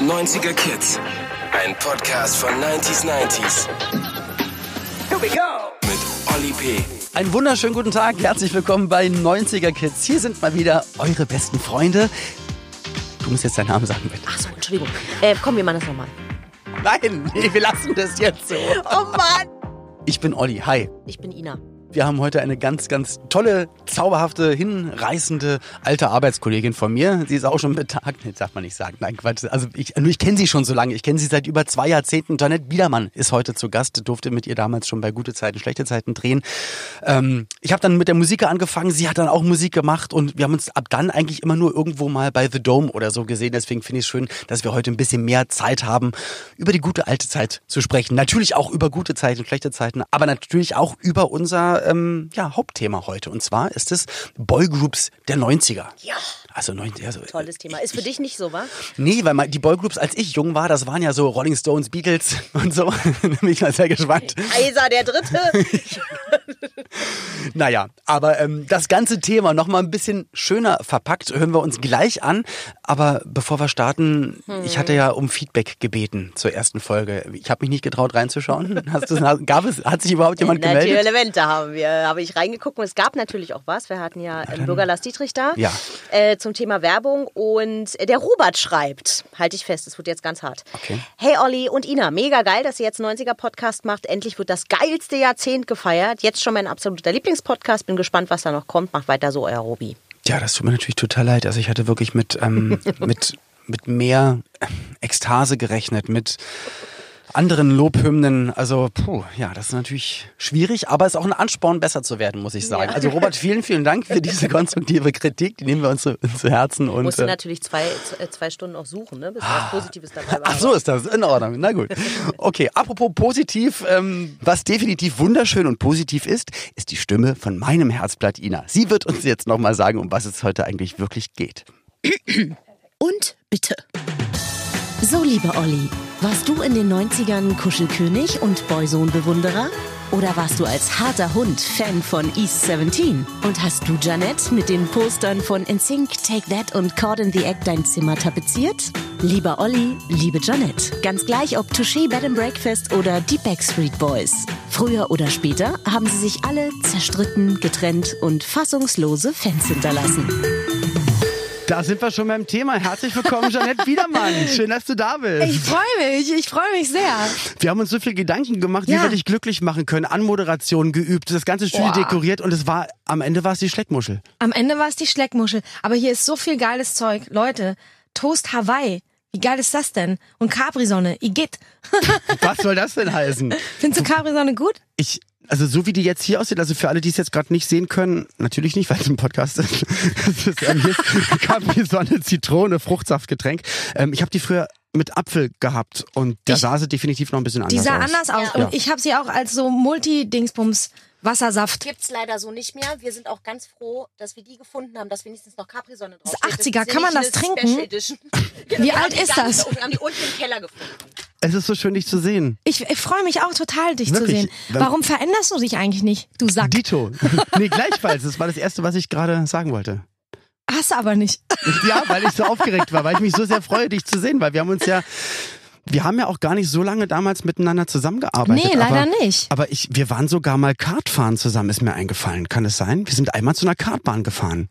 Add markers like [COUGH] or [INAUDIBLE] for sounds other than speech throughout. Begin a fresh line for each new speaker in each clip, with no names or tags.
90er Kids. Ein Podcast von 90s 90s. Here we go! Mit Olli P.
Einen wunderschönen guten Tag, herzlich willkommen bei 90er Kids. Hier sind mal wieder eure besten Freunde. Du musst jetzt deinen Namen sagen, bitte.
Achso, Entschuldigung. Äh, komm, wir machen das nochmal.
Nein, nee, wir lassen das jetzt so.
Oh Mann!
Ich bin Olli, hi.
Ich bin Ina.
Wir haben heute eine ganz, ganz tolle, zauberhafte, hinreißende alte Arbeitskollegin von mir. Sie ist auch schon betagt. Nee, darf man nicht sagen. Nein, Quatsch. Also ich, nur ich kenne sie schon so lange. Ich kenne sie seit über zwei Jahrzehnten. Janette Biedermann ist heute zu Gast, durfte mit ihr damals schon bei gute Zeiten, schlechte Zeiten drehen. Ähm, ich habe dann mit der Musik angefangen. Sie hat dann auch Musik gemacht und wir haben uns ab dann eigentlich immer nur irgendwo mal bei The Dome oder so gesehen. Deswegen finde ich es schön, dass wir heute ein bisschen mehr Zeit haben, über die gute alte Zeit zu sprechen. Natürlich auch über gute Zeiten, schlechte Zeiten, aber natürlich auch über unser ähm, ja, Hauptthema heute. Und zwar ist es Boygroups der 90er.
Ja.
Also, 90, also
Tolles Thema. Ist für dich nicht so, wa?
Nee, weil man, die Boygroups, als ich jung war, das waren ja so Rolling Stones, Beatles [LAUGHS] und so. da bin ich mal sehr gespannt.
Eiser der
[LAUGHS]
Dritte.
Naja, aber ähm, das ganze Thema nochmal ein bisschen schöner verpackt, hören wir uns gleich an. Aber bevor wir starten, ich hatte ja um Feedback gebeten zur ersten Folge. Ich habe mich nicht getraut reinzuschauen. Hast du, [LAUGHS] gab es, hat sich überhaupt jemand
Natürlich
gemeldet?
Elemente haben wir. Habe ich reingeguckt und es gab natürlich auch was. Wir hatten ja ähm, Bürger Lars Dietrich da
Ja.
äh, zum Thema Werbung und äh, der Robert schreibt, halte ich fest, es wird jetzt ganz hart.
Okay.
Hey Olli und Ina, mega geil, dass ihr jetzt 90er Podcast macht. Endlich wird das geilste Jahrzehnt gefeiert. Jetzt schon mein absoluter Lieblingspodcast. Bin gespannt, was da noch kommt. Macht weiter so, euer Robi.
Ja, das tut mir natürlich total leid. Also ich hatte wirklich mit, ähm, mit, mit mehr Ekstase gerechnet, mit anderen Lobhymnen. Also, puh, ja, das ist natürlich schwierig, aber es ist auch ein Ansporn, besser zu werden, muss ich sagen. Also Robert, vielen, vielen Dank für diese konstruktive Kritik. Die nehmen wir uns zu, zu Herzen. Und,
Musst du
äh, Ah.
natürlich zwei, z- äh, zwei Stunden auch suchen, ne? bis was Positives dabei war.
Ach so ist das, in Ordnung, na gut. Okay, apropos positiv, ähm, was definitiv wunderschön und positiv ist, ist die Stimme von meinem Herzblatt Ina. Sie wird uns jetzt nochmal sagen, um was es heute eigentlich wirklich geht.
Und bitte. So, lieber Olli, warst du in den 90ern Kuschelkönig und Boysohn-Bewunderer? Oder warst du als harter Hund Fan von East 17? Und hast du Janet mit den Postern von NSYNC, Take That und Caught in the Act dein Zimmer tapeziert? Lieber Olli, liebe Janet, ganz gleich ob Touché Bed and Breakfast oder die Backstreet Boys. Früher oder später haben sie sich alle zerstritten, getrennt und fassungslose Fans hinterlassen.
Da sind wir schon beim Thema. Herzlich willkommen, Janette Biedermann.
[LAUGHS]
Schön, dass du da bist.
Ich freue mich, ich freue mich sehr.
wir haben uns so viel Gedanken gemacht, wie
Ja.
wir dich glücklich machen können. Anmoderation geübt, das ganze Studio dekoriert und es war, am Ende war es die Schleckmuschel.
Am Ende war es die Schleckmuschel, aber hier ist so viel geiles Zeug. Leute, Toast Hawaii, wie geil ist das denn? Und Capri-Sonne, Igitt. [LAUGHS]
Was soll das denn heißen?
Findest du Capri-Sonne gut?
Ich, also so wie die jetzt hier aussieht, also für alle, die es jetzt gerade nicht sehen können, natürlich nicht, weil es ein Podcast ist. Es ist ähm, hier ist Capri Sonne, Zitrone, Fruchtsaftgetränk. Ähm, ich habe die früher mit Apfel gehabt und da
Ich-
sah sie definitiv noch ein bisschen anders
Die sah
aus.
anders aus und ich habe sie auch als so Multi-Dingsbums Wassersaft.
Gibt's leider so nicht mehr. Wir sind auch ganz froh, dass wir die gefunden haben, dass wenigstens noch Capri-Sonne drauf
80er, kann man das trinken? [LAUGHS] Wie alt ist das?
Wir haben die unten im Keller gefunden.
Es ist so schön, dich zu sehen.
Ich, ich freue mich auch total, dich
Wirklich?
zu sehen.
Wenn-
Warum veränderst du dich eigentlich nicht, du Sack?
Dito. [LAUGHS] Nee, gleichfalls. Das war das Erste, was ich gerade sagen wollte.
Hast du aber nicht.
Ja, weil ich so aufgeregt war, weil ich mich so sehr freue, dich zu sehen, weil wir haben uns ja, wir haben ja auch gar nicht so lange damals miteinander zusammengearbeitet.
Nee, leider
aber,
nicht.
Aber ich, wir waren sogar mal Kartfahren zusammen, ist mir eingefallen. Kann das sein? Wir sind einmal zu einer Kartbahn gefahren.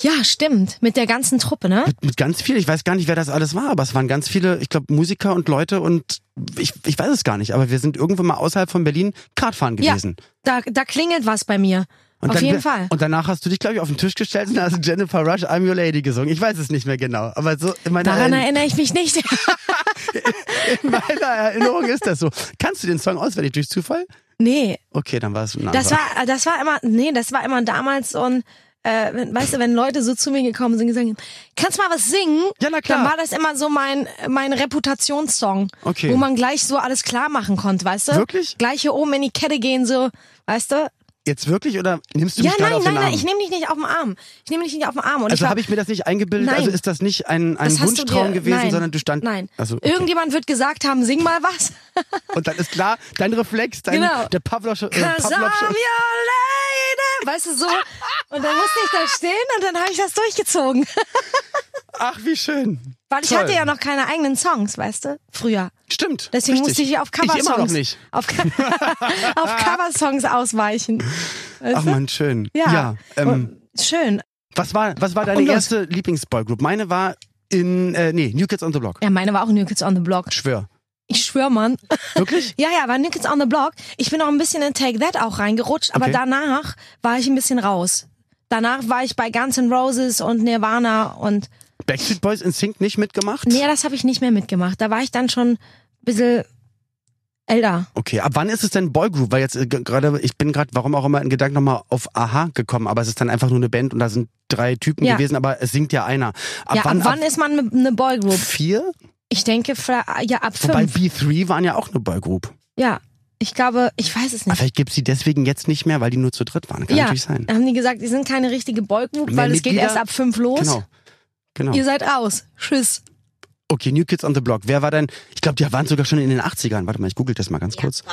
Ja, stimmt. Mit der ganzen Truppe, ne?
Mit, mit ganz viel, ich weiß gar nicht, wer das alles war, aber es waren ganz viele, ich glaube, Musiker und Leute und ich, ich weiß es gar nicht, aber wir sind irgendwo mal außerhalb von Berlin Kartfahren
Ja,
gewesen.
da, da klingelt was bei mir.
Und
Auf
dann,
jeden Fall.
Und danach hast du dich, glaube ich, auf den Tisch gestellt und hast Jennifer Rush, I'm Your Lady gesungen. Ich weiß es nicht mehr genau, aber so in meiner,
Daran
Erinner-
erinnere ich mich nicht. [LAUGHS]
in [LAUGHS] meiner Erinnerung ist das so. Kannst du den Song auswendig durch Zufall?
nee,
Okay, dann war es ein
Das
anderer.
war, das war immer, nee, das war immer damals und äh, wenn- weißt du, wenn Leute so zu mir gekommen sind und gesagt haben, kannst mal was singen?
Ja, na klar.
Dann war das immer so mein, mein Reputationssong.
Okay.
Wo man gleich so alles klar machen konnte, weißt du?
Wirklich?
Gleich hier oben in die Kette gehen, so, weißt du?
Jetzt wirklich oder nimmst du
Ja,
mich gerade
nein,
auf
nein,
den Arm?
nein, ich nehme dich nicht auf den Arm. Ich nehme dich nicht auf den Arm. Und
also
ich
habe ich mir das nicht eingebildet,
Nein.
also ist das nicht ein, ein
das hast du
Wunschtraum
dir,
gewesen,
nein,
sondern du stand.
Nein.
Also, okay.
Irgendjemand wird gesagt haben, sing mal was. [LAUGHS]
Und dann ist klar, dein Reflex, dein
Genau.
der Pavlovsche. Äh,
Cause I'm your
Pavlovsche
lady. Weißt du, so. Und dann musste ich da stehen und dann habe ich das durchgezogen.
Ach, wie schön.
[LAUGHS] Weil ich
Toll.
hatte ja noch keine eigenen Songs, weißt du? Früher.
Stimmt.
Deswegen
richtig.
musste ich auf Coversongs.
Ich immer noch nicht.
Auf, [LAUGHS] auf Coversongs ausweichen. Weißt
Ach
du?
man, schön.
Ja.
ähm,
Schön.
was, war, was war deine
Und los.
erste Lieblingsboygroup? Meine war in, äh, nee, New Kids on the Block.
Ja, meine war auch New Kids on the Block.
Schwör.
Ich schwör, Mann. [LAUGHS]
Wirklich?
Ja, ja, war New Kids on the Block. Ich bin auch ein bisschen in Take That auch reingerutscht, aber
Okay.
danach war ich ein bisschen raus. Danach war ich bei Guns N' Roses und Nirvana und
[LAUGHS] Backstreet Boys in Sync nicht mitgemacht?
nee, das habe ich nicht mehr mitgemacht. Da war ich dann schon ein bisschen älter.
Okay, ab wann ist es denn Boygroup? Weil jetzt äh, g- gerade, ich bin gerade, warum auch immer, in Gedanken nochmal auf Aha gekommen, aber es ist dann einfach nur eine Band und da sind drei Typen
Ja.
gewesen, aber es singt ja einer. Ab
ja,
wann?
ab wann ist man eine Boygroup?
vier?
Ich denke, fra- ah, ja, ab
Wobei
fünf.
B3 waren ja auch eine Boygroup.
Ja, ich glaube, ich weiß es
Aber
nicht.
vielleicht gibt's die deswegen jetzt nicht mehr, weil die nur zu dritt waren. Ah, Kann
ja, Äh,
natürlich sein.
haben die gesagt, die sind keine richtige Boygroup,
Mehr
weil es geht
Mitglieder?
erst ab fünf los.
Genau. Genau.
Ihr seid raus. Tschüss.
Okay, New Kids on the Block. Wer war denn? Ich glaube, die waren sogar schon in den 80ern. Warte mal, ich google das mal ganz kurz.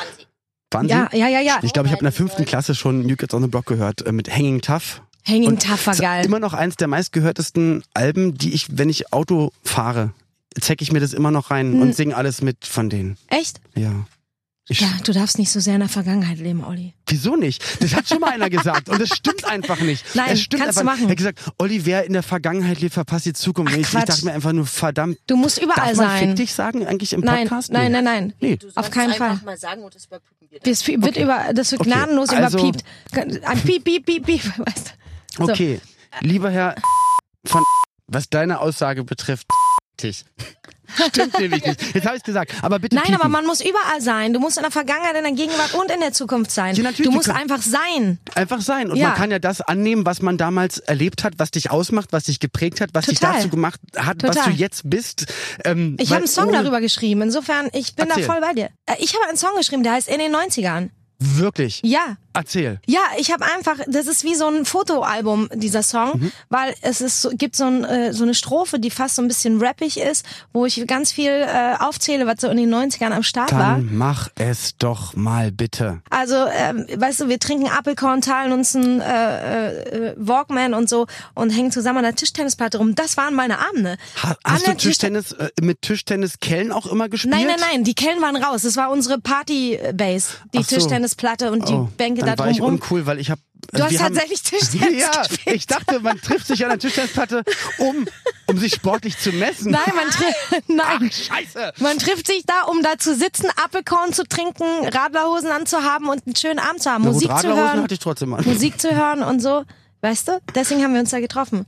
Waren
Ja,
sie?
ja, ja, ja.
Also Ich glaube, ich habe in der
oh
fünften Klasse schon New Kids on the Block gehört äh, mit Hanging Tough.
Hanging
Und
Tough war
ist
geil.
Immer noch eins der meistgehörtesten Alben, die ich, wenn ich Auto fahre, zeck ich mir das immer noch rein und singe alles mit von denen.
Echt?
Ja. Ich,
Ja, du darfst nicht so sehr in der Vergangenheit leben, Olli.
Wieso nicht? Das hat schon mal einer gesagt und das stimmt einfach nicht.
Nein,
das stimmt
kannst
einfach
du machen.
Er hat gesagt, Olli, wer in der Vergangenheit lebt, verpasst die Zukunft. ich, ich
Quatsch.
dachte mir einfach nur, verdammt.
Du musst überall
Darf man
sein.
fick dich sagen eigentlich im
Nein,
Podcast?
nein, nein, nein.
Nee.
Auf keinen Fall.
mal sagen und das überprüfen wir.
Das wird, über, das wird gnadenlos
also-
überpiept. Ein Piep, Piep, Piep, Piep. [LAUGHS] Weißt du? So.
Okay, lieber Herr von was deine Aussage betrifft, dich. Stimmt
[LAUGHS]
nämlich nicht. Jetzt habe ich gesagt, aber bitte
Nein,
piepen.
aber man muss überall sein. Du musst in der Vergangenheit, in der Gegenwart und in der Zukunft sein.
Ja, natürlich, du
du musst
kannst-
einfach sein.
einfach sein und
Ja.
man kann ja das annehmen, was man damals erlebt hat, was dich ausmacht, was dich geprägt hat, was dich
Total.
dazu gemacht hat, was
Total.
du jetzt bist. Ähm,
Ich
weil
habe einen Song
ohne-
darüber geschrieben. Insofern, ich bin
Erzähl.
da voll bei dir. Äh, Ich habe einen Song geschrieben, der heißt In den 90ern.
Wirklich.
Ja.
Erzähl.
Ja, ich habe einfach, das ist wie so ein Fotoalbum, dieser Song,
Mhm.
weil es ist, so- gibt so, ein, äh, so eine Strophe, die fast so ein bisschen rappig ist, wo ich ganz viel äh, aufzähle, was so in den 90ern am Start war.
Dann mach es doch mal bitte.
Also, ähm, weißt du, wir trinken Apfelkorn, teilen uns einen äh, äh, Walkman und so und hängen zusammen an der Tischtennisplatte rum. Das waren meine Abende.
Ha,
An
hast du
der Tischten-
Tischtennis äh, mit Tischtenniskellen auch immer gespielt?
Nein, nein, nein, die Kellen waren raus. Das war unsere Party-Base. Die
Ach so.
Tischtennisplatte und die
Oh,
Bänke
dann
da
war ich
drumrum.
uncool, weil ich habe.
Du hast tatsächlich
[LAUGHS]
Tischtennis
Ja,
gespielt.
ich dachte, man trifft sich an der Tischtennisplatte, um, um sich sportlich zu messen.
Nein, man
[LAUGHS]
trifft. [LAUGHS] Nein.
Ach, scheiße.
Man trifft sich da, um da zu sitzen, Apfelkorn zu trinken, Radlerhosen anzuhaben und einen schönen Abend zu haben,
Na gut,
Musik zu
Radlerhosen
hören,
hatte ich trotzdem an.
Musik zu hören und so. Weißt du? Deswegen haben wir uns da getroffen.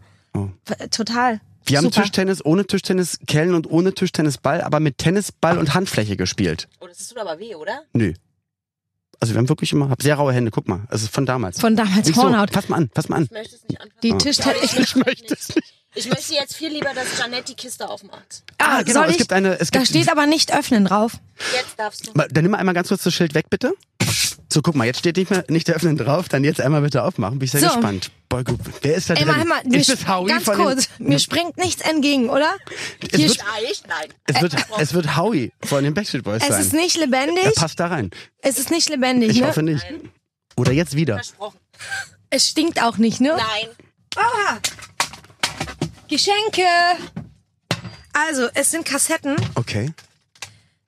F- Total.
Oh. Wir haben
Super.
Tischtennis ohne Tischtenniskellen und ohne Tischtennisball, aber mit Tennisball und Handfläche gespielt.
Oh, das tut aber weh, oder?
Nö. Also wir haben wirklich immer, hab sehr raue Hände, guck mal. Es ist von damals.
Von damals,
Nicht so,
Hornhaut.
Fass mal an, fass mal an.
Ich möchte es nicht anfangen.
Die Tischtennis.
ich möchte es nicht. Ich möchte jetzt viel lieber, dass Janette die Kiste aufmacht.
Ah, genau,
soll
es
ich?
gibt eine- es
da
gibt-
steht aber nicht öffnen drauf.
Jetzt darfst du.
Mal- Dann nimm mal einmal ganz kurz das Schild weg, bitte. So, guck mal, jetzt steht nicht mehr nicht der Öffnen drauf, dann jetzt einmal bitte aufmachen. Bin ich sehr
So.
gespannt. Boy, gut. Wer ist da
Ey,
drin?
mal, hör mal, mir
ist
sp-
das Howie
ganz
von den-
kurz, mir springt nichts entgegen, oder?
Es
Hier
wird-
sp-
Nein, nein.
Es wird, es wird Howie von den Backstreet Boys
es
sein.
ist nicht lebendig.
er passt da rein.
Es ist nicht lebendig,
Ich
ne?
hoffe nicht. Oder jetzt wieder.
Versprochen.
Es stinkt auch nicht, ne?
Nein.
Oha! Geschenke! Also, es sind Kassetten,
Okay,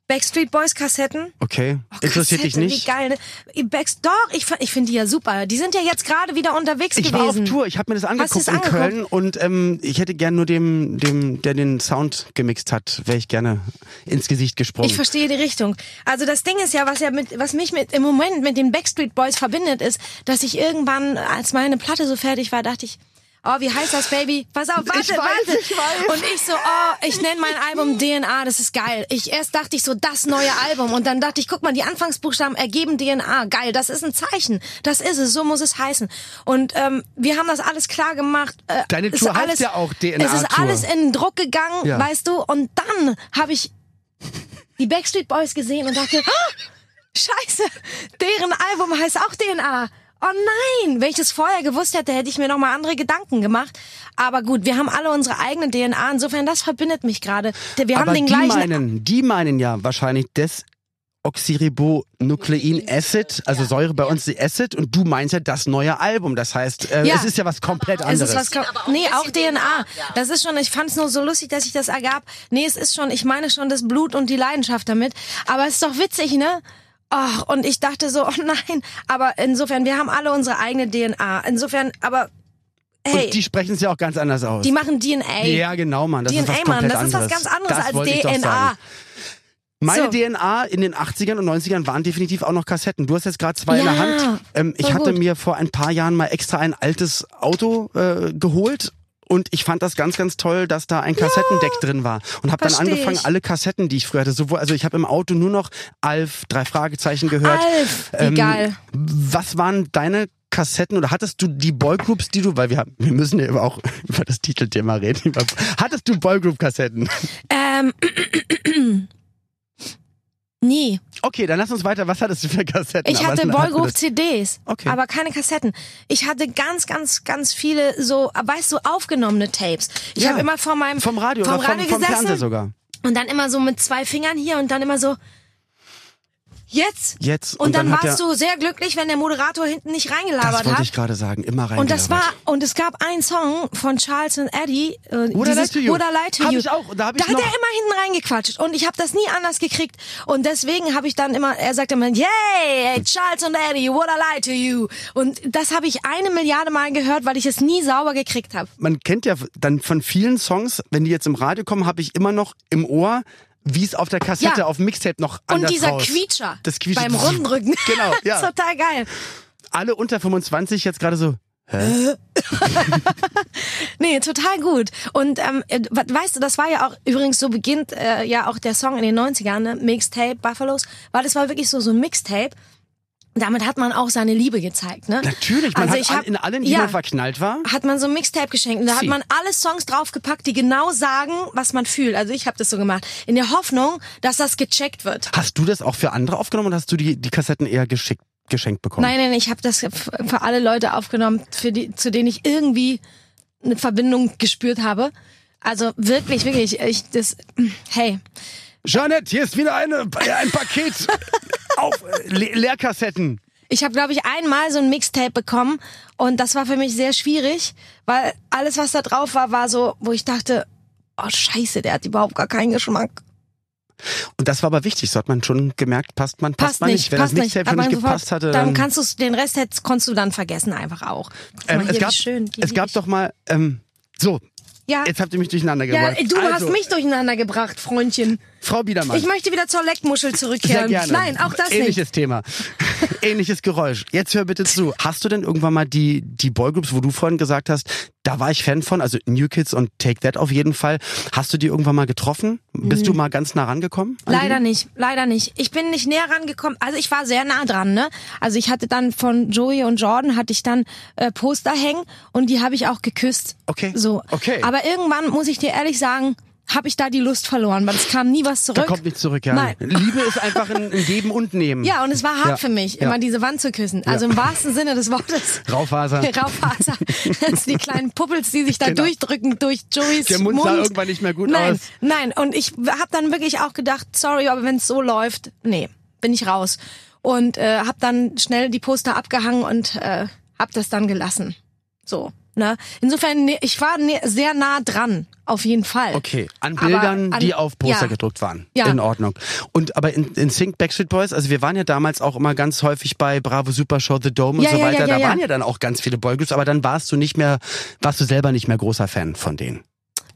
Backstreet Boys Kassetten.
okay.
Oh,
Interessiert dich
Kassetten,
nicht?
Wie geil, ne? Ihr Backs Doch, ich, fa- ich finde die ja super. Die sind ja jetzt gerade wieder unterwegs
Ich war auf
gewesen.
Tour, ich habe mir das angeguckt,
du's angeguckt?
in Köln und ähm, ich hätte gern nur dem, dem, der den Sound gemixt hat, wäre ich gerne ins Gesicht gesprungen.
Ich verstehe die Richtung. Also das Ding ist ja, was ja mit, was mich mit im Moment mit den Backstreet Boys verbindet, ist, dass ich irgendwann, als meine Platte so fertig war, dachte ich, oh, wie heißt das Baby? Pass auf, warte,
Ich weiß,
warte.
ich weiß.
Und ich so, oh, ich nenne mein Album DNA, das ist geil. Ich erst dachte ich so, das neue Album. Und dann dachte ich, guck mal, die Anfangsbuchstaben ergeben DNA. Geil, das ist ein Zeichen. Das ist es, so muss es heißen. Und ähm, wir haben das alles klar gemacht. Äh,
Deine
ist
Tour heißt
alles,
ja auch DNA
Es ist
Tour.
alles in den Druck gegangen,
Ja.
weißt du. Und dann habe ich die Backstreet Boys gesehen und dachte, "Ah, scheiße, deren Album heißt auch DNA. Oh nein, wenn ich das vorher gewusst hätte, hätte ich mir nochmal andere Gedanken gemacht. Aber gut, wir haben alle unsere eigene DNA, insofern das verbindet mich gerade. Wir haben
Aber
den
die
gleichen...
meinen, die meinen ja wahrscheinlich des Oxyribonuklein Acid, also Säure bei uns die Acid und du meinst ja das neue Album. Das heißt, äh,
Ja.
es ist ja was komplett
Es
anderes.
ist was kom-
auch ein
nee,
bisschen
auch DNA. Das ist schon, ich fand es nur so lustig, dass ich das ergab. Nee, es ist schon, ich meine schon das Blut und die Leidenschaft damit. Aber es ist doch witzig, ne? Och, und ich dachte so, oh nein. Aber insofern, wir haben alle unsere eigene DNA. Insofern, aber hey,
und die
die,
sprechen es ja auch ganz anders aus.
machen DNA.
ja, genau, Mann. Das ist was
DNA, Mann,
komplett
das ist was
anderes.
ganz anderes
Das
als
wollte ich doch
DNA.
sagen. Meine
So.
DNA in den 80ern und 90ern waren definitiv auch noch Kassetten. Du hast jetzt gerade zwei in der
Ja,
Hand. Ähm, ich
voll
hatte
gut.
mir vor ein paar Jahren mal extra ein altes Auto äh, geholt. Und ich fand das ganz, ganz toll, dass da ein Kassettendeck drin war. Und habe dann
Versteh
angefangen,
ich.
alle Kassetten, die ich früher hatte, sowohl, also ich habe im Auto nur noch Alf, drei Fragezeichen gehört.
Alf, wie
ähm,
geil.
Was waren deine Kassetten oder hattest du die Boygroups, die du, weil wir, haben- wir müssen ja auch [LAUGHS] über das Titelthema reden. Über- Hattest du Boygroup-Kassetten?
Ähm, [CLEARS THROAT] nee.
Okay, dann lass uns weiter. Was hattest du für Kassetten?
Ich
Aber
hatte
dann hatten wir das-
Boygroup-CDs,
Okay.
aber keine Kassetten. Ich hatte ganz, ganz, ganz viele so, weißt du, aufgenommene Tapes. Ich
Ja.
habe immer vor meinem
Vom Radio
vom
oder vom,
Radio
vom
gesessen
Fernseher sogar.
und dann immer so mit zwei Fingern hier und dann immer so jetzt.
Jetzt.
Und, dann,
hat
warst
er-
du sehr glücklich, wenn der Moderator hinten nicht
Das
reingelabert
wollte
hat.
ich gerade sagen. Immer rein.
Und das war und es gab einen Song von Charles und Eddie, äh,
Would I
dieses
Lie to You?
Would I Lie to
Hab
You.
ich auch, da hab ich
hat
noch-
er immer hinten reingequatscht und ich habe das nie anders gekriegt und deswegen habe ich dann immer, er sagt immer, yay, Charles und Eddie, Would I Lie to You? Und das habe ich eine Milliarde Mal gehört, weil ich es nie sauber gekriegt habe.
Man kennt ja dann von vielen Songs, wenn die jetzt im Radio kommen, habe ich immer noch im Ohr, wie es auf der Kassette,
Ja.
auf dem Mixtape noch
Und
anders
dieser
raus.
Quietscher
Das Quietscher.
beim Rundrücken.
[LAUGHS] Genau, ja.
[LAUGHS] Total geil.
Alle unter 25 jetzt gerade so.
Nee, total gut. Und ähm, äh, we- weißt du, das war ja auch, übrigens so beginnt äh, ja auch der Song in den 90ern, ne? Mixtape, Buffaloes, weil das war wirklich so, so ein Mixtape. Damit hat man auch seine Liebe gezeigt, ne?
Natürlich, man
Also
hat
ich
an-
hab-
in allen, die
ja.
man verknallt war.
hat man so ein Mixtape geschenkt und da hat
Sie.
man alle Songs draufgepackt, die genau sagen, was man fühlt. Also ich habe das so gemacht, in der Hoffnung, dass das gecheckt wird.
Hast du das auch für andere aufgenommen oder hast du die, die Kassetten eher geschickt, geschenkt bekommen?
Nein, nein, ich habe das f- für alle Leute aufgenommen, für die, zu denen ich irgendwie eine Verbindung gespürt habe. Also wirklich, wirklich, ich das hey,
Jeanette, hier ist wieder eine, ein [LAUGHS] Paket auf äh, Le Leerkassetten.
Ich habe, glaube ich, einmal so ein Mixtape bekommen und das war für mich sehr schwierig, weil alles, was da drauf war, war so, wo ich dachte, oh scheiße, der hat überhaupt gar keinen Geschmack.
Und das war aber wichtig, so hat man schon gemerkt, passt man, passt,
Passt
man
nicht,
nicht. Wenn das
passt nicht.
Mixtape
Hat
schon
man
nicht
sofort-
gepasst hatte, ähm,
dann
dann,
kannst du den Rest hättest, konntest du dann vergessen einfach auch. Guck mal
ähm,
hier,
es
wie
gab,
schön, die
es
lieb
gab
ich.
doch mal, ähm, so,
ja.
jetzt habt ihr mich durcheinander
ja,
gebracht.
du
also,
hast mich durcheinander gebracht, Freundchen.
Frau Biedermann.
Ich möchte wieder zur Leckmuschel zurückkehren.
sehr gerne.
Nein, auch das
Ähnliches
nicht. [LAUGHS]
Thema. Ähnliches Geräusch. Jetzt hör bitte zu. Hast du denn irgendwann mal die, die Boygroups, wo du vorhin gesagt hast, da war ich Fan von, also New Kids und Take That auf jeden Fall. Hast du die irgendwann mal getroffen?
Mhm.
Bist du mal ganz nah rangekommen? an die?
Leider nicht, leider nicht. Ich bin nicht näher rangekommen. Also ich war sehr nah dran, ne? Also ich hatte dann von Joey und Jordan hatte ich dann äh, Poster hängen und die habe ich auch geküsst.
Okay.
So.
Okay.
Aber irgendwann muss ich dir ehrlich sagen, habe ich da die Lust verloren, weil es kam nie was zurück.
Da kommt nicht zurück, ja.
Nein.
[LAUGHS] Liebe ist einfach ein, ein Geben und Nehmen.
Ja, und es war hart
Ja,
für mich,
ja.
immer diese Wand zu küssen. Also im wahrsten Sinne des Wortes.
[LAUGHS] Raufaser.
[LAUGHS] Raufaser. Das sind die kleinen Puppels, die sich da
Genau.
durchdrücken durch Joeys
Der Mund sah irgendwann nicht mehr gut
nein,
aus.
Nein, und ich habe dann wirklich auch gedacht, sorry, aber wenn es so läuft, nee, bin ich raus. Und äh, habe dann schnell die Poster abgehangen und äh, habe das dann gelassen. So, ne? Insofern, nee, ich war nee, sehr nah dran, auf jeden Fall.
Okay, an
Aber
Bildern,
an-
die auf Poster
ja.
gedruckt waren.
Ja.
In Ordnung. Und aber in, in Sync Backstreet Boys, also wir waren ja damals auch immer ganz häufig bei Bravo Super Show The Dome
Ja,
und so
ja, ja,
weiter.
ja,
da
ja.
waren ja dann auch ganz viele Boygroups, aber dann warst du nicht mehr, warst du selber nicht mehr großer Fan von denen.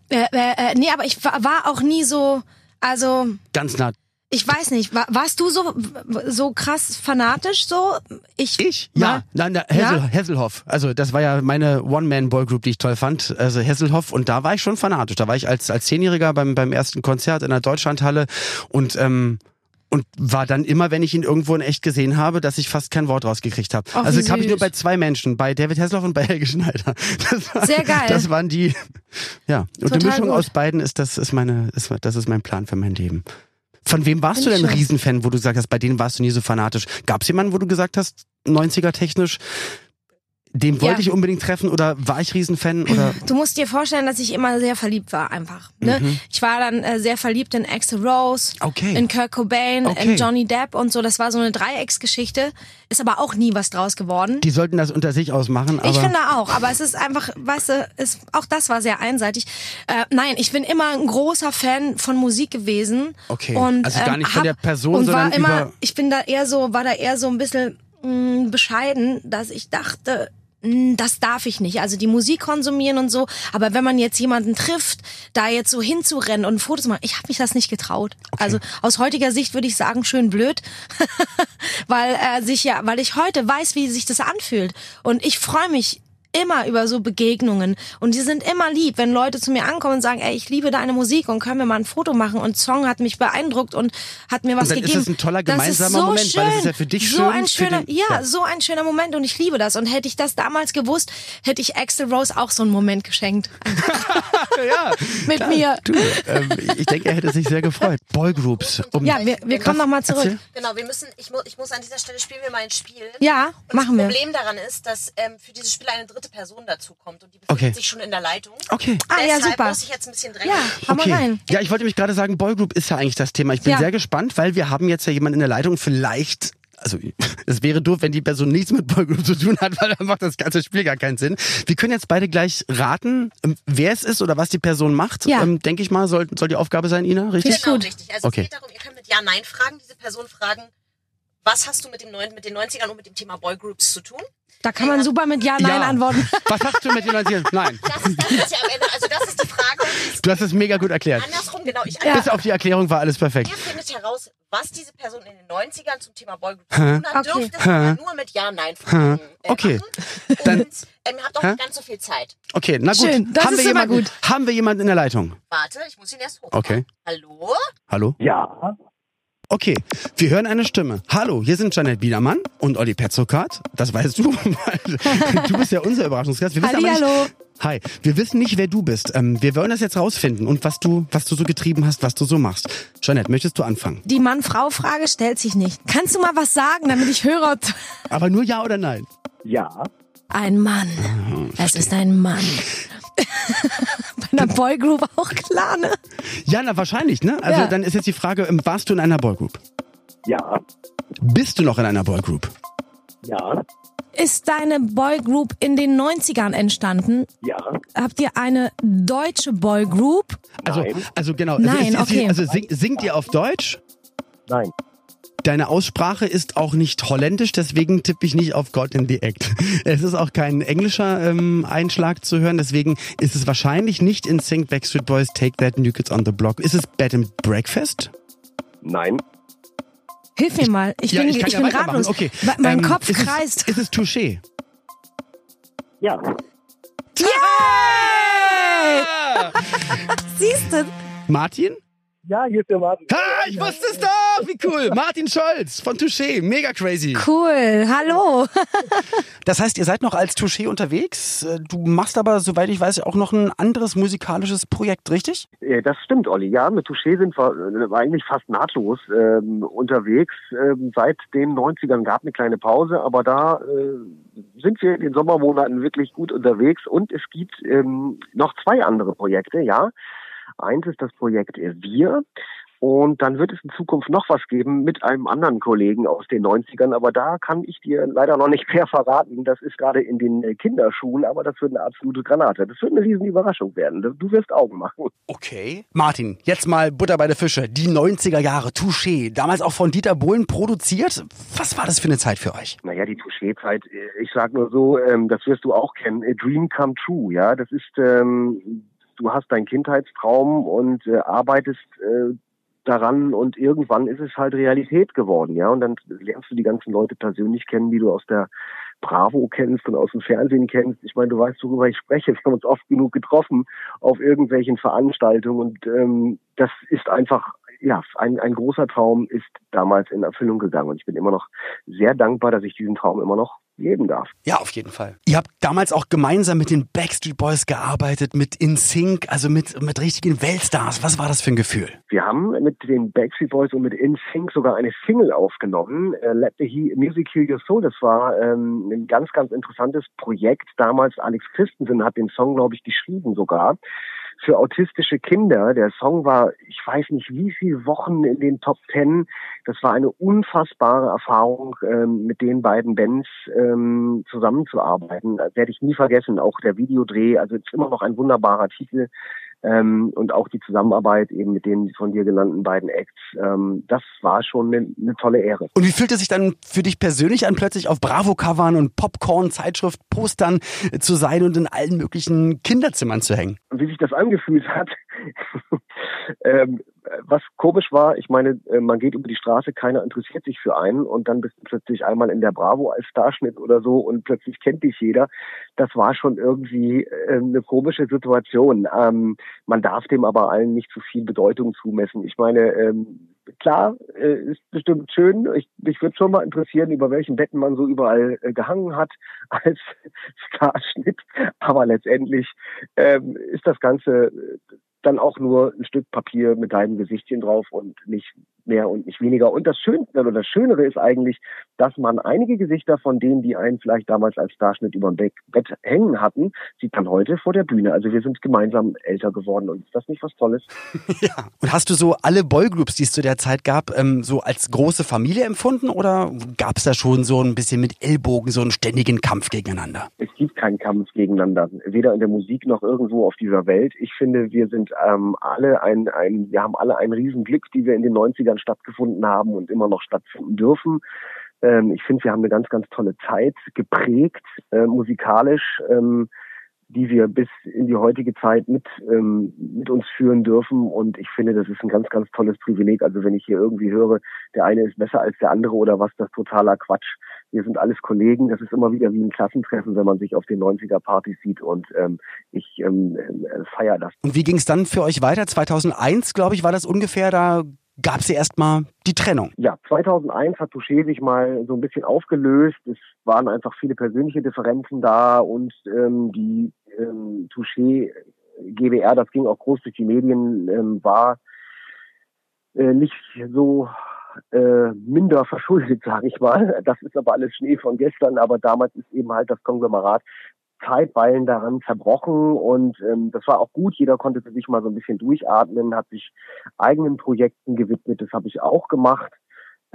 Äh, äh, äh, nee, aber ich war, war auch nie so, also
Ganz nah.
Ich weiß nicht, wa- warst du so, so krass fanatisch so? Ich?
Ich? Ja, nein, na, Hessel,
Ja?
Hesselhoff. Also das war ja meine One-Man-Boy-Group, die ich toll fand. Also Hesselhoff und da war ich schon fanatisch. Da war ich als als Zehnjähriger beim beim ersten Konzert in der Deutschlandhalle und ähm, und war dann immer, wenn ich ihn irgendwo in echt gesehen habe, dass ich fast kein Wort rausgekriegt habe.
Ach,
Also
wie
das habe ich
süß.
nur bei zwei Menschen, bei David Hasselhoff und bei Helge Schneider. Das war,
Sehr geil.
Das waren die. Ja, und
Total
eine Mischung
gut.
aus beiden ist das ist meine ist, das ist mein Plan für mein Leben. Von wem warst du
Finde
denn ein
ich schön.
Riesenfan, wo du gesagt hast, bei denen warst du nie so fanatisch? Gab es jemanden, wo du gesagt hast, 90er technisch, den wollte ich unbedingt treffen oder war ich Riesenfan
[CLEARS THROAT]
oder
Du musst dir vorstellen, dass ich immer sehr verliebt war, einfach. Ne? Ich war dann äh, sehr verliebt in Axel Rose,
Mhm. Okay.
in Kurt Cobain,
Okay.
in Johnny Depp und so. Das war so eine Dreiecksgeschichte. Ist aber auch nie was draus geworden.
die sollten das unter sich ausmachen. Aber
ich finde auch, aber es ist einfach, weißt du, es, auch das war sehr einseitig. Äh, nein, ich bin immer ein großer Fan von Musik gewesen.
Okay,
Und,
also gar
ähm,
nicht von
hab-
der Person,
und
sondern
war immer,
über-
Ich bin da eher so, war da eher so ein bisschen mh, bescheiden, dass ich dachte, mh, das darf ich nicht. Also die Musik konsumieren und so. Aber wenn man jetzt jemanden trifft, da jetzt so hinzurennen und Fotos machen, ich habe mich das nicht getraut. Also aus heutiger Sicht würde ich sagen, schön blöd, weil äh, sich ja, weil ich heute weiß, wie sich das anfühlt. Und ich freue mich immer über so Begegnungen und die sind immer lieb, wenn Leute zu mir ankommen und sagen, ey, ich liebe deine Musik und können wir mal ein Foto machen und Song hat mich beeindruckt und hat mir was
dann ist
gegeben.
es ein toller
Das ist
gemeinsamer
so
Moment, weil es ist ja für dich schön,
So ein
für
schöner,
den-
ja,
ja.
so ein schöner Moment und ich liebe das und hätte ich das damals gewusst, hätte ich Axel Rose auch so einen
[LAUGHS]
Moment geschenkt.
ja,
Mit mir.
Du, ähm, ich denke, er hätte sich sehr gefreut. Boygroups. Um
Ja, wir, wir kommen
Was?
nochmal zurück.
Erzähl.
Genau, wir müssen, ich, mu ich muss an dieser Stelle spielen wir mal ein Spiel.
Ja,
Und
machen
das
wir.
Problem daran ist, dass ähm, für dieses Spiel eine dritte Person dazukommt und die befindet
Okay.
sich schon in der Leitung.
Okay.
Ah, ja,
Deshalb
super.
muss ich jetzt ein bisschen drängen. Genau,
Ja, hau mal
okay.
rein.
Ja, ich wollte mich gerade sagen, Boygroup ist ja eigentlich das Thema. Ich bin
Ja.
sehr gespannt, weil wir haben jetzt ja jemanden in der Leitung. Vielleicht, also [LAUGHS] es wäre doof, wenn die Person nichts mit Boygroup zu tun hat, [LAUGHS] weil dann macht das ganze Spiel gar keinen Sinn. Wir können jetzt beide gleich raten, ähm, wer es ist oder was die Person macht.
Ja.
Ähm, Denke ich mal, soll, soll die Aufgabe sein, Ina, richtig?
Genau, richtig. Also
Okay.
es geht darum, ihr könnt mit Ja-Nein fragen, diese Person fragen, was hast du mit, dem neuen, mit den 90ern und mit dem Thema Boygroups zu tun?
Da kann man super mit Ja,
Ja.
Nein antworten.
[LAUGHS] Was hast du mit den Leuten? Nein,
Das ist, das ist ja am Ende, also das ist die Frage.
du hast es mega gut erklärt.
Andersrum, genau. Ich
Bis auf die Erklärung war alles perfekt.
Ihr findet heraus, was diese Person in den 90ern zum Thema Boygroup zu tun hat.
Okay.
Dürft es aber nur mit Ja-Nein-Fragen äh,
Okay.
machen.
Dann-
Und ähm, ihr habt auch nicht ganz so viel Zeit.
Okay, na gut.
Schön, das
haben
ist
wir
immer
jemanden,
gut.
Haben wir jemanden in der Leitung?
Warte, ich muss ihn erst hoch.
Okay.
Hallo?
Hallo? Ja. Okay, wir hören eine Stimme. Hallo, hier sind Janet Biedermann und Olli Petzokat. Das weißt du, [LAUGHS] weil du bist ja unser Überraschungsgast. Wir wissen aber nicht-
Hallihallo.
Hi, wir wissen nicht, wer du bist. Ähm, wir wollen das jetzt rausfinden und was du, was du so getrieben hast, was du so machst. Janet, möchtest du anfangen?
Die Mann-Frau-Frage stellt sich nicht. Kannst du mal was sagen, damit ich höre? ob-
Aber nur ja oder nein?
Ein Mann. Es ist ein Mann. [LAUGHS] Bei einer Boygroup auch klar, ne?
Ja, na wahrscheinlich, ne? Also
Ja.
dann ist jetzt die Frage, ähm, warst du in einer Boygroup? Ja. Bist du noch in einer Boygroup?
Ist deine Boygroup in den 90ern entstanden? Ja. Habt ihr eine deutsche Boygroup?
Also, also genau.
Nein,
ist, ist
okay.
Ihr, also sing, singt ihr auf Deutsch? Nein. Deine Aussprache ist auch nicht holländisch, deswegen tippe ich nicht auf God in the Act. [LAUGHS] Es ist auch kein englischer ähm, Einschlag zu hören, deswegen ist es wahrscheinlich nicht in Sync Backstreet Boys, Take That, New Kids on the Block. Ist es Bed and Breakfast?
Nein,
Hilf mir mal. Ich
Ja,
bin,
ich
ich
kann ja
bin
weitermachen.
ratlos.
Okay.
Wa- Mein
Ähm,
Kopf
ist es-
kreist.
Ist es
[LAUGHS]
Touché?
Siehst du?
Martin? Ja, hier ist der Martin. Ha, ich wusste es doch! Wie cool! Martin Scholz von Touché. Mega crazy.
Cool. Hallo.
Das heißt, ihr seid noch als Touché unterwegs. Äh, Du machst aber, soweit ich weiß, auch noch ein anderes musikalisches Projekt, richtig?
äh, das stimmt, Olli. Ja, mit Touché sind wir äh, eigentlich fast nahtlos ähm, unterwegs. Ähm, seit den 90ern gab eine kleine Pause, aber da äh, sind wir in den Sommermonaten wirklich gut unterwegs. Und es gibt ähm, noch zwei andere Projekte, ja. Eins ist das Projekt äh, Wir. Und dann wird es in Zukunft noch was geben mit einem anderen Kollegen aus den 90ern. Aber da kann ich dir leider noch nicht [LAUGHS] mehr verraten. Das ist gerade in den äh, Kinderschuhen, aber das wird eine absolute Granate. Das wird eine riesen Überraschung werden. Du wirst Augen machen.
Okay. Martin, jetzt mal Butter bei der Fische. Die 90er Jahre, Touché, damals auch von Dieter Bohlen produziert. Was war das für eine Zeit für euch?
Naja, die Touché-Zeit, äh, ich sag nur so, ähm, das wirst du auch kennen, a dream come true, ja, das ist, ähm, du hast deinen Kindheitstraum und äh, arbeitest äh, daran und irgendwann ist es halt Realität geworden, ja, und dann lernst du die ganzen Leute persönlich kennen, die du aus der Bravo kennst und aus dem Fernsehen kennst. Ich meine, du weißt, worüber ich spreche. Wir haben uns oft genug getroffen auf irgendwelchen Veranstaltungen und ähm, das ist einfach, ja, ein, ein großer Traum ist damals in Erfüllung gegangen und ich bin immer noch sehr dankbar, dass ich diesen Traum immer noch leben darf.
Ja, auf jeden Fall. Ihr habt damals auch gemeinsam mit den Backstreet Boys gearbeitet, mit In Sync, also mit, mit richtigen Weltstars. Was war das für ein Gefühl?
Wir haben mit den Backstreet Boys und mit In Sync sogar eine Single aufgenommen, äh, Let the He Music Heal Your Soul. Das war ähm, ein ganz, ganz interessantes Projekt. Damals Alex Christensen hat den Song, glaube ich, geschrieben sogar für autistische Kinder. Der Song war, ich weiß nicht, wie viele Wochen in den Top Ten. Das war eine unfassbare Erfahrung, ähm, mit den beiden Bands ähm, zusammenzuarbeiten. Das werde ich nie vergessen. Auch der Videodreh, also ist immer noch ein wunderbarer Titel. Ähm, und auch die Zusammenarbeit eben mit den von dir genannten beiden Acts, ähm, das war schon eine ne tolle Ehre.
Und wie fühlt es sich dann für dich persönlich an, plötzlich auf Bravo-Covern und Popcorn-Zeitschrift-Postern äh, zu sein und in allen möglichen Kinderzimmern zu hängen?
Wie sich das angefühlt hat, [LAUGHS] ähm, was komisch war, ich meine, äh, man geht über die Straße, keiner interessiert sich für einen und dann bist du plötzlich einmal in der Bravo als Starschnitt oder so und plötzlich kennt dich jeder. Das war schon irgendwie äh, eine komische Situation. Ähm, man darf dem aber allen nicht zu viel Bedeutung zumessen. Ich meine, ähm, klar, äh, ist bestimmt schön. Ich, mich würde schon mal interessieren, über welchen Betten man so überall äh, gehangen hat [LAUGHS] als Starschnitt. Aber letztendlich ähm, ist das Ganze äh, dann auch nur ein Stück Papier mit deinem Gesichtchen drauf und nicht mehr und nicht weniger. Und das Schönste oder das Schönere ist eigentlich, dass man einige Gesichter von denen, die einen vielleicht damals als Starschnitt über dem Bett hängen hatten, sieht man heute vor der Bühne. Also wir sind gemeinsam älter geworden und ist das nicht was Tolles?
ja. Und hast du so alle Boygroups, die es zu der Zeit gab, ähm, so als große Familie empfunden oder gab es da schon so ein bisschen mit Ellbogen so einen ständigen Kampf gegeneinander?
Es gibt keinen Kampf gegeneinander, weder in der Musik noch irgendwo auf dieser Welt. Ich finde, wir sind ähm, alle ein, ein, wir haben alle ein Riesenglück, die wir in den 90ern stattgefunden haben und immer noch stattfinden dürfen. Ähm, ich finde, wir haben eine ganz, ganz tolle Zeit geprägt, äh, musikalisch, ähm, die wir bis in die heutige Zeit mit, ähm, mit uns führen dürfen. Und ich finde, das ist ein ganz, ganz tolles Privileg. Also wenn ich hier irgendwie höre, der eine ist besser als der andere oder was, das totaler Quatsch. Wir sind alles Kollegen. Das ist immer wieder wie ein Klassentreffen, wenn man sich auf den 90er-Partys sieht. Und ähm, ich ähm, äh, feiere das.
Und wie ging es dann für euch weiter? 2001, glaube ich, war das ungefähr da gab es ja erstmal die Trennung.
Ja, 2001 hat Touché sich mal so ein bisschen aufgelöst. Es waren einfach viele persönliche Differenzen da und ähm, die ähm, Touché GBR, das ging auch groß durch die Medien, ähm, war äh, nicht so äh, minder verschuldet, [LAUGHS] sage ich mal. Das ist aber alles Schnee von gestern, aber damals ist eben halt das Konglomerat zeitweilen daran zerbrochen und ähm, das war auch gut. Jeder konnte für sich mal so ein bisschen durchatmen, hat sich eigenen Projekten gewidmet. Das habe ich auch gemacht.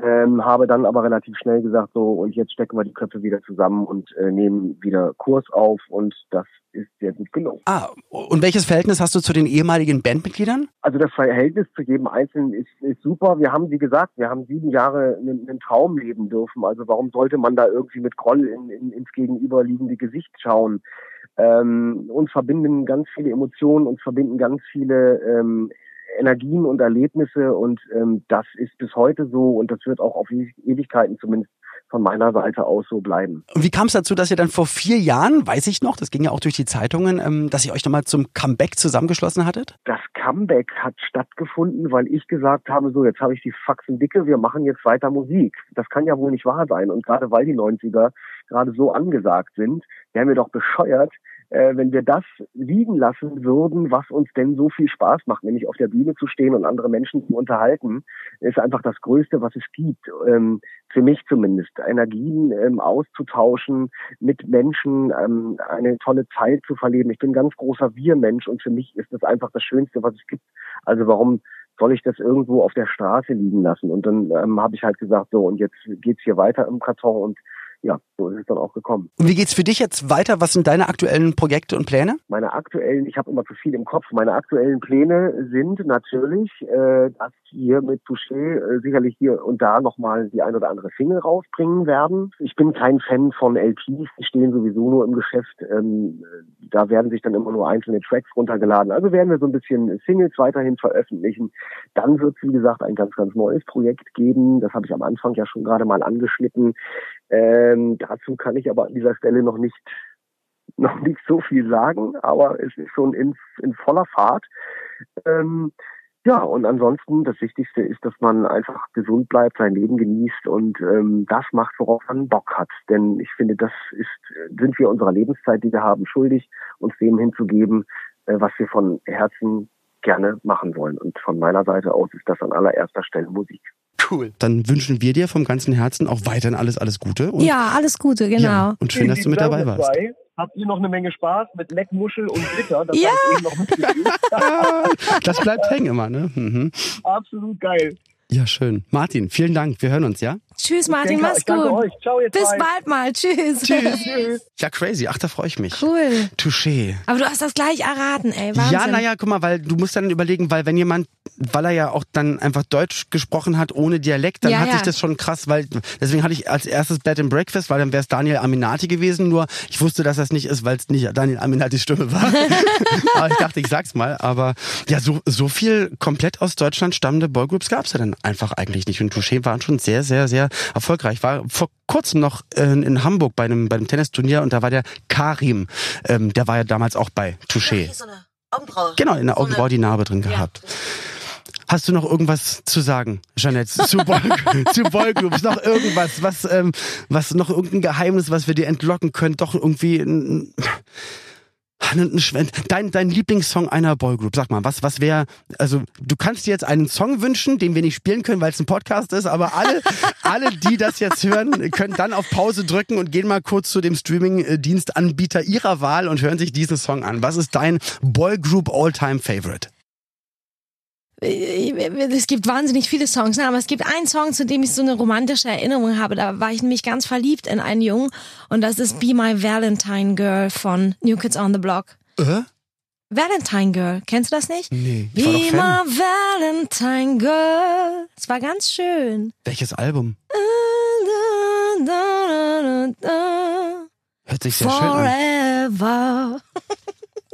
Ähm, habe dann aber relativ schnell gesagt, so und jetzt stecken wir die Köpfe wieder zusammen und äh, nehmen wieder Kurs auf und das ist sehr gut gelungen.
Ah, und welches Verhältnis hast du zu den ehemaligen Bandmitgliedern?
Also das Verhältnis zu jedem Einzelnen ist, ist super. Wir haben, wie gesagt, wir haben sieben Jahre einen, einen Traum leben dürfen. Also warum sollte man da irgendwie mit Groll in, in, ins gegenüberliegende Gesicht schauen? Ähm, uns verbinden ganz viele Emotionen, uns verbinden ganz viele ähm, Energien und Erlebnisse und ähm, das ist bis heute so und das wird auch auf Ewigkeiten zumindest von meiner Seite aus so bleiben.
Und wie kam es dazu, dass ihr dann vor vier Jahren, weiß ich noch, das ging ja auch durch die Zeitungen, ähm, dass ihr euch nochmal zum Comeback zusammengeschlossen hattet?
Das Comeback hat stattgefunden, weil ich gesagt habe, so jetzt habe ich die Faxen dicke, wir machen jetzt weiter Musik. Das kann ja wohl nicht wahr sein und gerade weil die 90er gerade so angesagt sind, wären wir doch bescheuert, äh, wenn wir das liegen lassen würden, was uns denn so viel Spaß macht, nämlich auf der Bühne zu stehen und andere Menschen zu unterhalten, ist einfach das Größte, was es gibt. Ähm, für mich zumindest. Energien ähm, auszutauschen mit Menschen, ähm, eine tolle Zeit zu verleben. Ich bin ganz großer Wir-Mensch und für mich ist das einfach das Schönste, was es gibt. Also warum soll ich das irgendwo auf der Straße liegen lassen? Und dann habe ich halt gesagt, so und jetzt geht's hier weiter im Karton und ja, so ist es dann auch gekommen.
Und wie geht's für dich jetzt weiter? Was sind deine aktuellen Projekte und Pläne?
Meine aktuellen, ich habe immer zu viel im Kopf, meine aktuellen Pläne sind natürlich, äh, dass wir mit Touché äh, sicherlich hier und da nochmal die ein oder andere Single rausbringen werden. Ich bin kein Fan von LPs, die stehen sowieso nur im Geschäft. Ähm, da werden sich dann immer nur einzelne Tracks runtergeladen. Also werden wir so ein bisschen Singles weiterhin veröffentlichen. Dann wird wie gesagt, ein ganz, ganz neues Projekt geben. Das habe ich am Anfang ja schon gerade mal angeschnitten. Ähm, dazu kann ich aber an dieser Stelle noch nicht, noch nicht so viel sagen, aber es ist schon in, in voller Fahrt. Ähm, Ja, und ansonsten das Wichtigste ist, dass man einfach gesund bleibt, sein Leben genießt und ähm, das macht, worauf man Bock hat. Denn ich finde, das ist, sind wir unserer Lebenszeit, die wir haben, schuldig, uns dem hinzugeben, äh, was wir von Herzen gerne machen wollen. Und von meiner Seite aus ist das an allererster Stelle Musik.
Cool. Dann wünschen wir dir vom ganzen Herzen auch weiterhin alles, alles Gute. Und
ja, alles Gute, genau. Ja,
und schön, dass du mit dabei warst.
Habt ihr noch eine Menge Spaß mit Leckmuschel und Glitter? Das
Ja.
habe ich eben noch mitgefühlt.
das bleibt hängen immer, ne? Mhm.
Absolut geil.
Ja, schön. Martin, vielen Dank. Wir hören uns, ja?
Tschüss, Martin,
Denke-
mach's
ich danke
gut.
euch. Ciao, ihr
Bis
zwei.
bald mal. Tschüss.
Tschüss.
Ja, crazy. Ach, da freue ich mich.
[LAUGHS] Cool.
Touché.
Aber du hast das gleich erraten, ey. Wahnsinn.
Ja, naja, guck mal, weil du musst dann überlegen, weil wenn jemand, weil er ja auch dann einfach Deutsch gesprochen hat ohne Dialekt, dann
Ja,
hat
ja.
sich das schon krass, weil deswegen hatte ich als erstes Bed and Breakfast, weil dann wäre es Daniel Aminati gewesen, nur ich wusste, dass das nicht ist, weil es nicht Daniel Aminatis Stimme war.
[LAUGHS]
aber ich dachte, ich sag's mal, aber ja, so, so viel komplett aus Deutschland stammende Boygroups gab's ja dann einfach eigentlich nicht und Touché waren schon sehr, sehr, sehr erfolgreich. War vor kurzem noch in, in Hamburg bei einem, bei einem Tennisturnier und da war der Karim, ähm, der war ja damals auch bei Touché.
Hier so eine Augenbraue.
Genau, in der
So eine-
Augenbraue die Narbe drin gehabt. Hast du noch irgendwas zu sagen, Jeanette, zu, Boy,
[LAUGHS]
zu Boygroups? Noch irgendwas, was, ähm, was noch irgendein Geheimnis, was wir dir entlocken können? Doch irgendwie ein, ein, ein, Schwen- dein, dein Lieblingssong einer Boygroup. Sag mal, was, was wäre, also du kannst dir jetzt einen Song wünschen, den wir nicht spielen können, weil es ein Podcast ist, aber alle,
[LAUGHS]
alle, die das jetzt hören, können dann auf Pause drücken und gehen mal kurz zu dem Streaming-Dienstanbieter ihrer Wahl und hören sich diesen Song an. Was ist dein Boygroup All-Time-Favorite?
es gibt wahnsinnig viele Songs, ne? aber es gibt einen Song, zu dem ich so eine romantische Erinnerung habe. Da war ich nämlich ganz verliebt in einen Jungen und das ist Be My Valentine Girl von New Kids on the Block.
Äh?
Valentine Girl, kennst du das nicht?
Nee, ich
Be
war doch Fan.
My Valentine Girl. Es war ganz schön.
Welches Album? Hört sich sehr schön an.
Forever. [LAUGHS]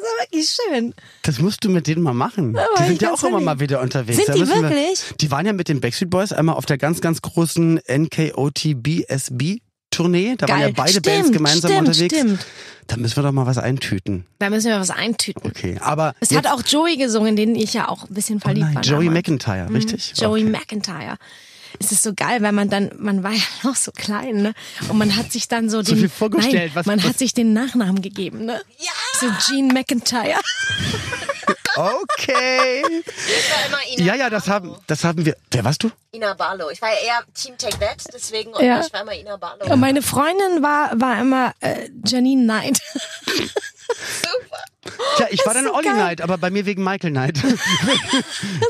Das war wirklich schön.
Das musst du mit denen mal machen.
war
die
ich
sind ja
ganz
auch immer
verliebt.
mal wieder unterwegs.
Sind
Da
die
müssen
wirklich?
Wir, die waren ja mit den Backstreet Boys einmal auf der ganz, ganz großen NKOTBSB. Tournee, da waren
Geil.
ja beide
Stimmt,
Bands gemeinsam
stimmt,
unterwegs.
stimmt.
Da müssen wir doch mal was eintüten.
Da müssen wir was eintüten.
Okay, aber
Es
jetzt,
hat auch Joey gesungen, in den ich ja auch ein bisschen
oh
verliebt
nein,
war.
Joey
damals.
McIntyre, richtig?
Mhm. Joey
okay.
McIntyre. Es ist so geil, weil man dann, man war ja [LAUGHS] noch so klein, ne? Und man hat sich dann so, den,
viel vorgestellt,
nein,
was-
man
was-
hat sich den Nachnamen gegeben, ne? Ja! So Gene McIntyre. [LAUGHS]
Okay.
Ich war immer Ina
ja, ja, das haben, das haben wir. Wer warst du?
Ina Barlow. Ich war ja eher Team Take That, deswegen und
Ja.
ich war immer Ina Barlow.
Und meine Freundin war, war immer äh, Janine Knight. [LAUGHS]
Super.
Tja, ich war
ist
dann
so
Olli
geil.
Knight, aber bei mir wegen Michael
[LAUGHS]
Knight.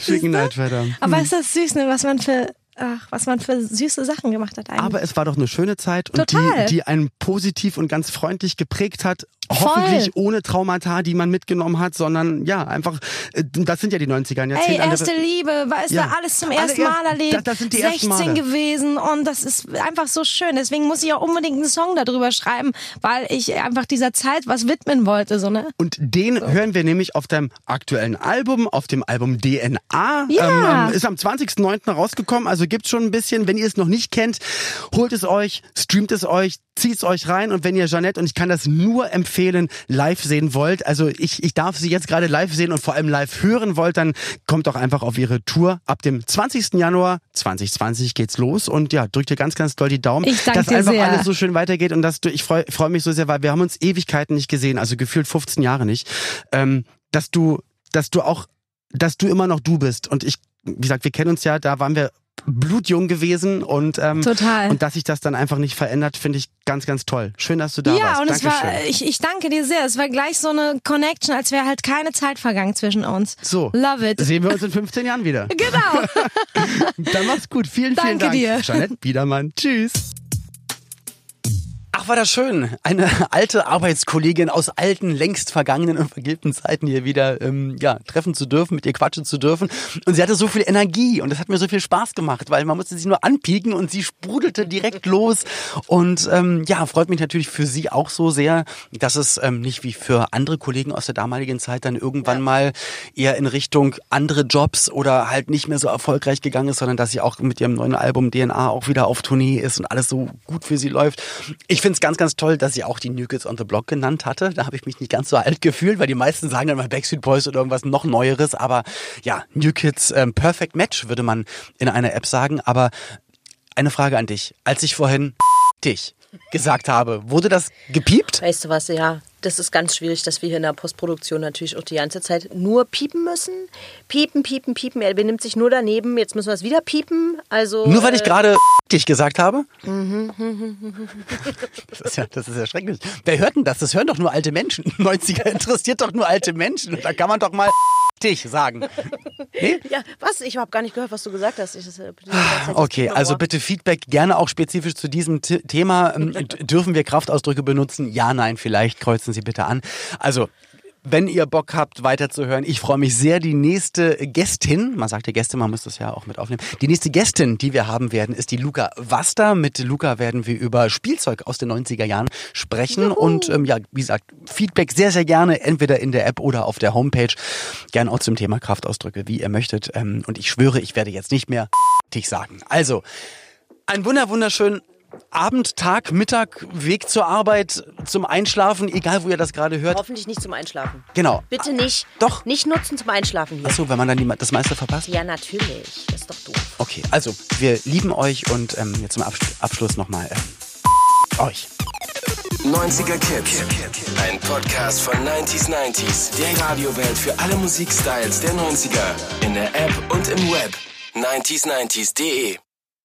wegen Knight, verdammt.
Aber ist das süß, ne? Was man für, ach, was man für süße Sachen gemacht hat eigentlich.
Aber es war doch eine schöne Zeit und
Total.
die, die einen positiv und ganz freundlich geprägt hat. Hoffentlich ohne Traumata, die man mitgenommen hat, sondern ja, einfach, äh, das sind ja die 90er Jahre.
Ey, erste Liebe, weißt
Ja.
du, alles zum
Alle
ersten
erst-
Mal erlebt.
Das- das sind die ersten
16
Male.
gewesen und das ist einfach so schön. Deswegen muss ich auch unbedingt einen Song darüber schreiben, weil ich einfach dieser Zeit was widmen wollte, so ne?
Und den hören wir nämlich auf deinem aktuellen Album, auf dem Album DNA.
Ja.
Ähm, ähm, ist am 20.09. rausgekommen, also gibt's schon ein bisschen. Wenn ihr es noch nicht kennt, holt es euch, streamt es euch, zieht's euch rein. Und wenn ihr Jeanette, und ich kann das nur empfehlen, live sehen wollt, also ich, ich darf sie jetzt gerade live sehen und vor allem live hören wollt, dann kommt doch einfach auf ihre Tour. Ab dem 20. Januar 2020 geht's los. Und ja, drückt ihr ganz, ganz doll die Daumen,
Ich danke
dass
dir
einfach
sehr.
alles so schön weitergeht und dass du, ich freue freu mich so sehr, weil wir haben uns Ewigkeiten nicht gesehen, also gefühlt 15 Jahre nicht, ähm, dass du, dass du auch, dass du immer noch du bist und ich, wie gesagt, wir kennen uns ja, da waren wir blutjung gewesen und ähm,
Total.
und dass sich das dann einfach nicht verändert, finde ich ganz, ganz toll. Schön, dass du da
ja,
warst.
und es war, äh,
Dankeschön.
ich, ich danke dir sehr. Es war gleich so eine Connection, als wäre halt keine Zeit vergangen zwischen uns.
so.
Love it.
Sehen wir uns in 15 Jahren wieder.
[LAUGHS]
[LAUGHS]
Genau.
Dann mach's gut. Vielen, vielen
Danke
Dank.
dir.
Jeanette Biedermann. Tschüss.
Ach, war das schön. Eine alte Arbeitskollegin aus alten, längst vergangenen und vergilbten Zeiten hier wieder ähm, ja, treffen zu dürfen, mit ihr quatschen zu dürfen. Und sie hatte so viel Energie und das hat mir so viel Spaß gemacht, weil man musste sie nur anpieken und sie sprudelte direkt los. Und ähm, ja, freut mich natürlich für sie auch so sehr, dass es ähm, nicht wie für andere Kollegen aus der damaligen Zeit dann irgendwann mal eher in Richtung andere Jobs oder halt nicht mehr so erfolgreich gegangen ist, sondern dass sie auch mit ihrem neuen Album DNA auch wieder auf Tournee ist und alles so gut für sie läuft. Ich finde
es ganz, ganz toll, dass sie auch die New Kids on the Block genannt hatte. Da habe ich mich nicht ganz so alt gefühlt, weil die meisten sagen dann mal Backstreet Boys oder irgendwas noch Neueres. Aber ja, New Kids, ähm, Perfect Match würde man in einer App sagen. Aber eine Frage an dich. Als ich vorhin dich gesagt habe, wurde das gepiept?
Weißt du was, ja. Das ist ganz schwierig, dass wir hier in der Postproduktion natürlich auch die ganze Zeit nur piepen müssen. Piepen, piepen, piepen. Er benimmt sich nur daneben. Jetzt müssen wir es wieder piepen. Also
Nur weil ich
äh, Mhm.
gerade
[LAUGHS]
dich gesagt habe? das, ist ja, das ist ja schrecklich. Wer hört denn das? Das hören doch nur alte Menschen. [LAUGHS] 90er interessiert doch nur alte Menschen. Und da kann man doch mal [LAUGHS] dich sagen. Nee?
Ja, was? Ich habe gar nicht gehört, was du gesagt hast. Ich, das, äh, die ganze Zeit
Okay,
ist
also
Ohr.
bitte Feedback gerne auch spezifisch zu diesem T Thema. Ähm, d- Dürfen wir Kraftausdrücke benutzen? Ja, nein, vielleicht kreuzen Sie bitte an. Also, wenn ihr Bock habt, weiterzuhören, ich freue mich sehr. Die nächste Gästin, man sagt ja Gäste, man muss das ja auch mit aufnehmen. Die nächste Gästin, die wir haben werden, ist die Luca Wasta. Mit Luca werden wir über Spielzeug aus den 90er Jahren sprechen. Und ähm, ja, wie gesagt, Feedback sehr, sehr gerne, entweder in der App oder auf der Homepage. Gern auch zum Thema Kraftausdrücke, wie ihr möchtet. Ähm, und ich schwöre, ich werde jetzt nicht mehr dich sagen. Also, ein wunder wunderschönen Abend, Tag, Mittag, Weg zur Arbeit, zum Einschlafen, egal wo ihr das gerade hört.
Hoffentlich nicht zum Einschlafen.
Genau.
Ah,
Bitte nicht.
Doch.
Nicht nutzen zum Einschlafen hier.
Achso, wenn man dann die, das meiste verpasst?
Ja, natürlich. Das ist doch doof.
Okay, also wir lieben euch und ähm, jetzt zum Absch Abschluss nochmal ähm, euch.
90er Kids. Ein Podcast von 90s 90s. Der Radiowelt für alle Musikstyles der 90er. In der App und im Web. 90s90s.de